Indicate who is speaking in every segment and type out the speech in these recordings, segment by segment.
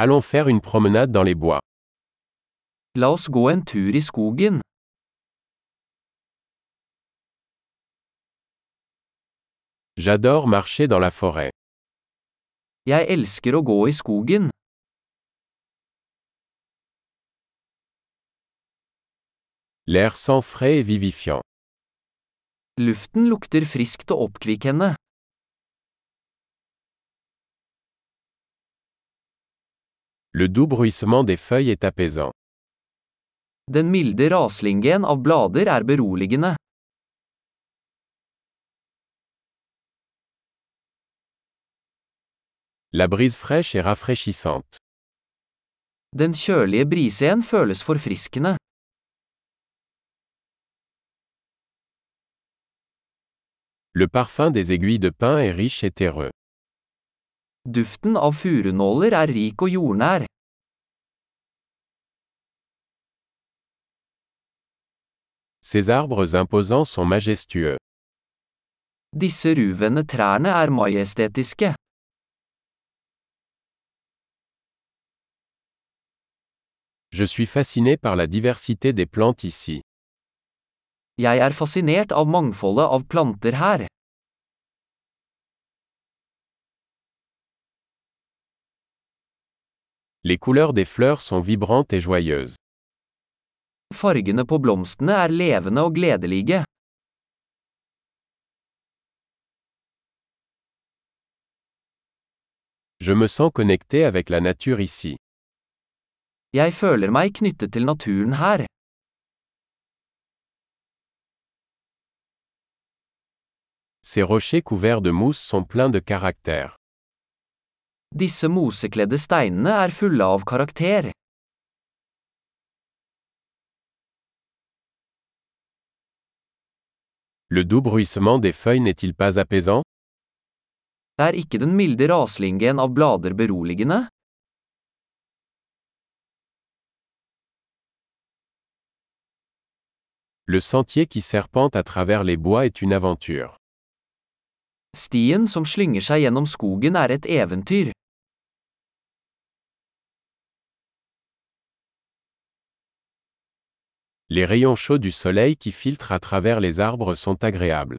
Speaker 1: Allons faire une promenade dans les bois.
Speaker 2: La oss gå en tur i skogen.
Speaker 1: J'adore marcher dans la forêt.
Speaker 2: Jeg elsker å gå i skogen.
Speaker 1: L'air sent frais et vivifiant.
Speaker 2: Luften lukter friskt og oppkvikkende.
Speaker 1: Le doux bruissement des feuilles est apaisant.
Speaker 2: Den milde raslingen av blader er beroligende.
Speaker 1: La brise fraîche est rafraîchissante.
Speaker 2: Den kjølige brisen føles forfriskende.
Speaker 1: Le parfum des aiguilles de pin est riche et terreux.
Speaker 2: Duften av furunåler er rik og jordnær.
Speaker 1: Ces arbres imposants sont majestueux.
Speaker 2: Disse ruvende trærne er majestetiske.
Speaker 1: Je suis fasciné par la diversité des plantes ici.
Speaker 2: Jeg er fascinert av mangfoldet av planter her.
Speaker 1: Les couleurs des fleurs sont vibrantes et joyeuses.
Speaker 2: Fargene på blomstene er levende og gledelige.
Speaker 1: Je me sens connecté avec la nature ici.
Speaker 2: Jeg føler meg knyttet til naturen her.
Speaker 1: Ces rochers couverts de mousse sont pleins de caractère.
Speaker 2: Disse mosekledde steinene er fulle av karakter.
Speaker 1: Le doux bruissement des feuilles n'est-il pas apaisant
Speaker 2: Er ikke den milde raslingen av blader beroligende?
Speaker 1: Le sentier qui serpente à travers les bois est une aventure.
Speaker 2: Stien som slynger seg gjennom skogen er et eventyr.
Speaker 1: Les rayons chauds du soleil qui filtrent à travers les arbres sont agréables.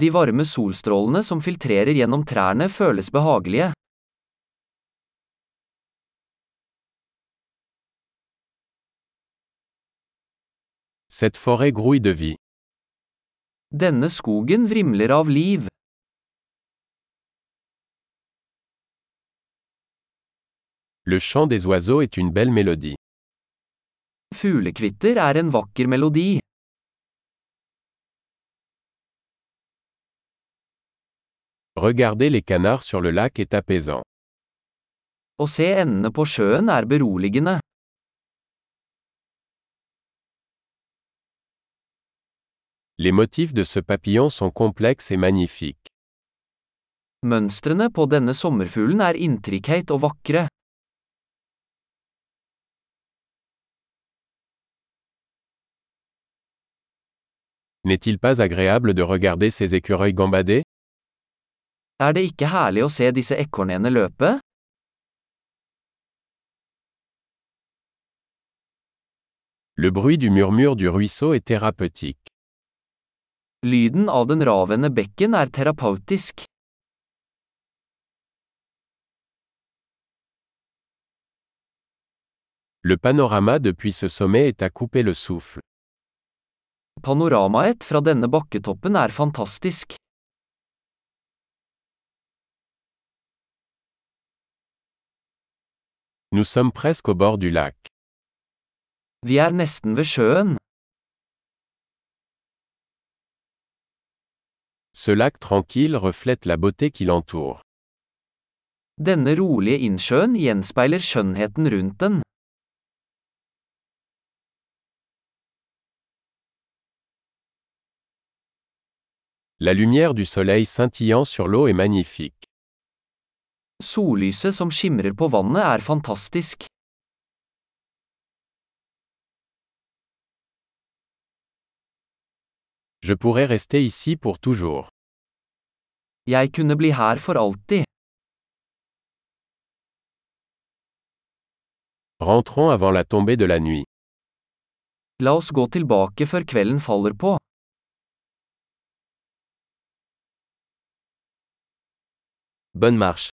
Speaker 2: De varme solstrålene som filtrerer gjennom trærne føles behagelige.
Speaker 1: Cette forêt grouille de vie.
Speaker 2: Denne skogen vrimler av liv.
Speaker 1: Le chant des oiseaux est une belle mélodie.
Speaker 2: Fuglekvitter er en vakker melodi.
Speaker 1: Regarder les canards sur le lac est apaisant.
Speaker 2: Å se endene på sjøen er beroligende.
Speaker 1: Les motifs de ce papillon sont complexes et magnifiques.
Speaker 2: Mønstrene på denne sommerfuglen er intrikate og vakre.
Speaker 1: N'est-il pas agréable de regarder ces écureuils gambader
Speaker 2: Er det ikke herlig å se disse ekornene løpe?
Speaker 1: Le bruit du murmure du ruisseau est thérapeutique.
Speaker 2: Lyden av den ravende bekken er terapeutisk.
Speaker 1: Le panorama depuis ce sommet est à couper le souffle.
Speaker 2: Panoramaet fra denne bakketoppen er fantastisk.
Speaker 1: Nous sommes presque au bord du lac.
Speaker 2: Vi er nesten ved sjøen.
Speaker 1: Ce lac tranquille reflète la beauté qui l'entoure.
Speaker 2: Denne rolige innsjøen gjenspeiler skjønnheten rundt den.
Speaker 1: La lumière du soleil scintillant sur l'eau est magnifique.
Speaker 2: Sollyset som skimrer på vannet er fantastisk.
Speaker 1: Je pourrais rester ici pour toujours.
Speaker 2: Jeg kunne bli her for alltid.
Speaker 1: Rentrons avant la tombée de la nuit.
Speaker 2: La oss gå tilbake før kvelden faller på.
Speaker 3: Bonne marche.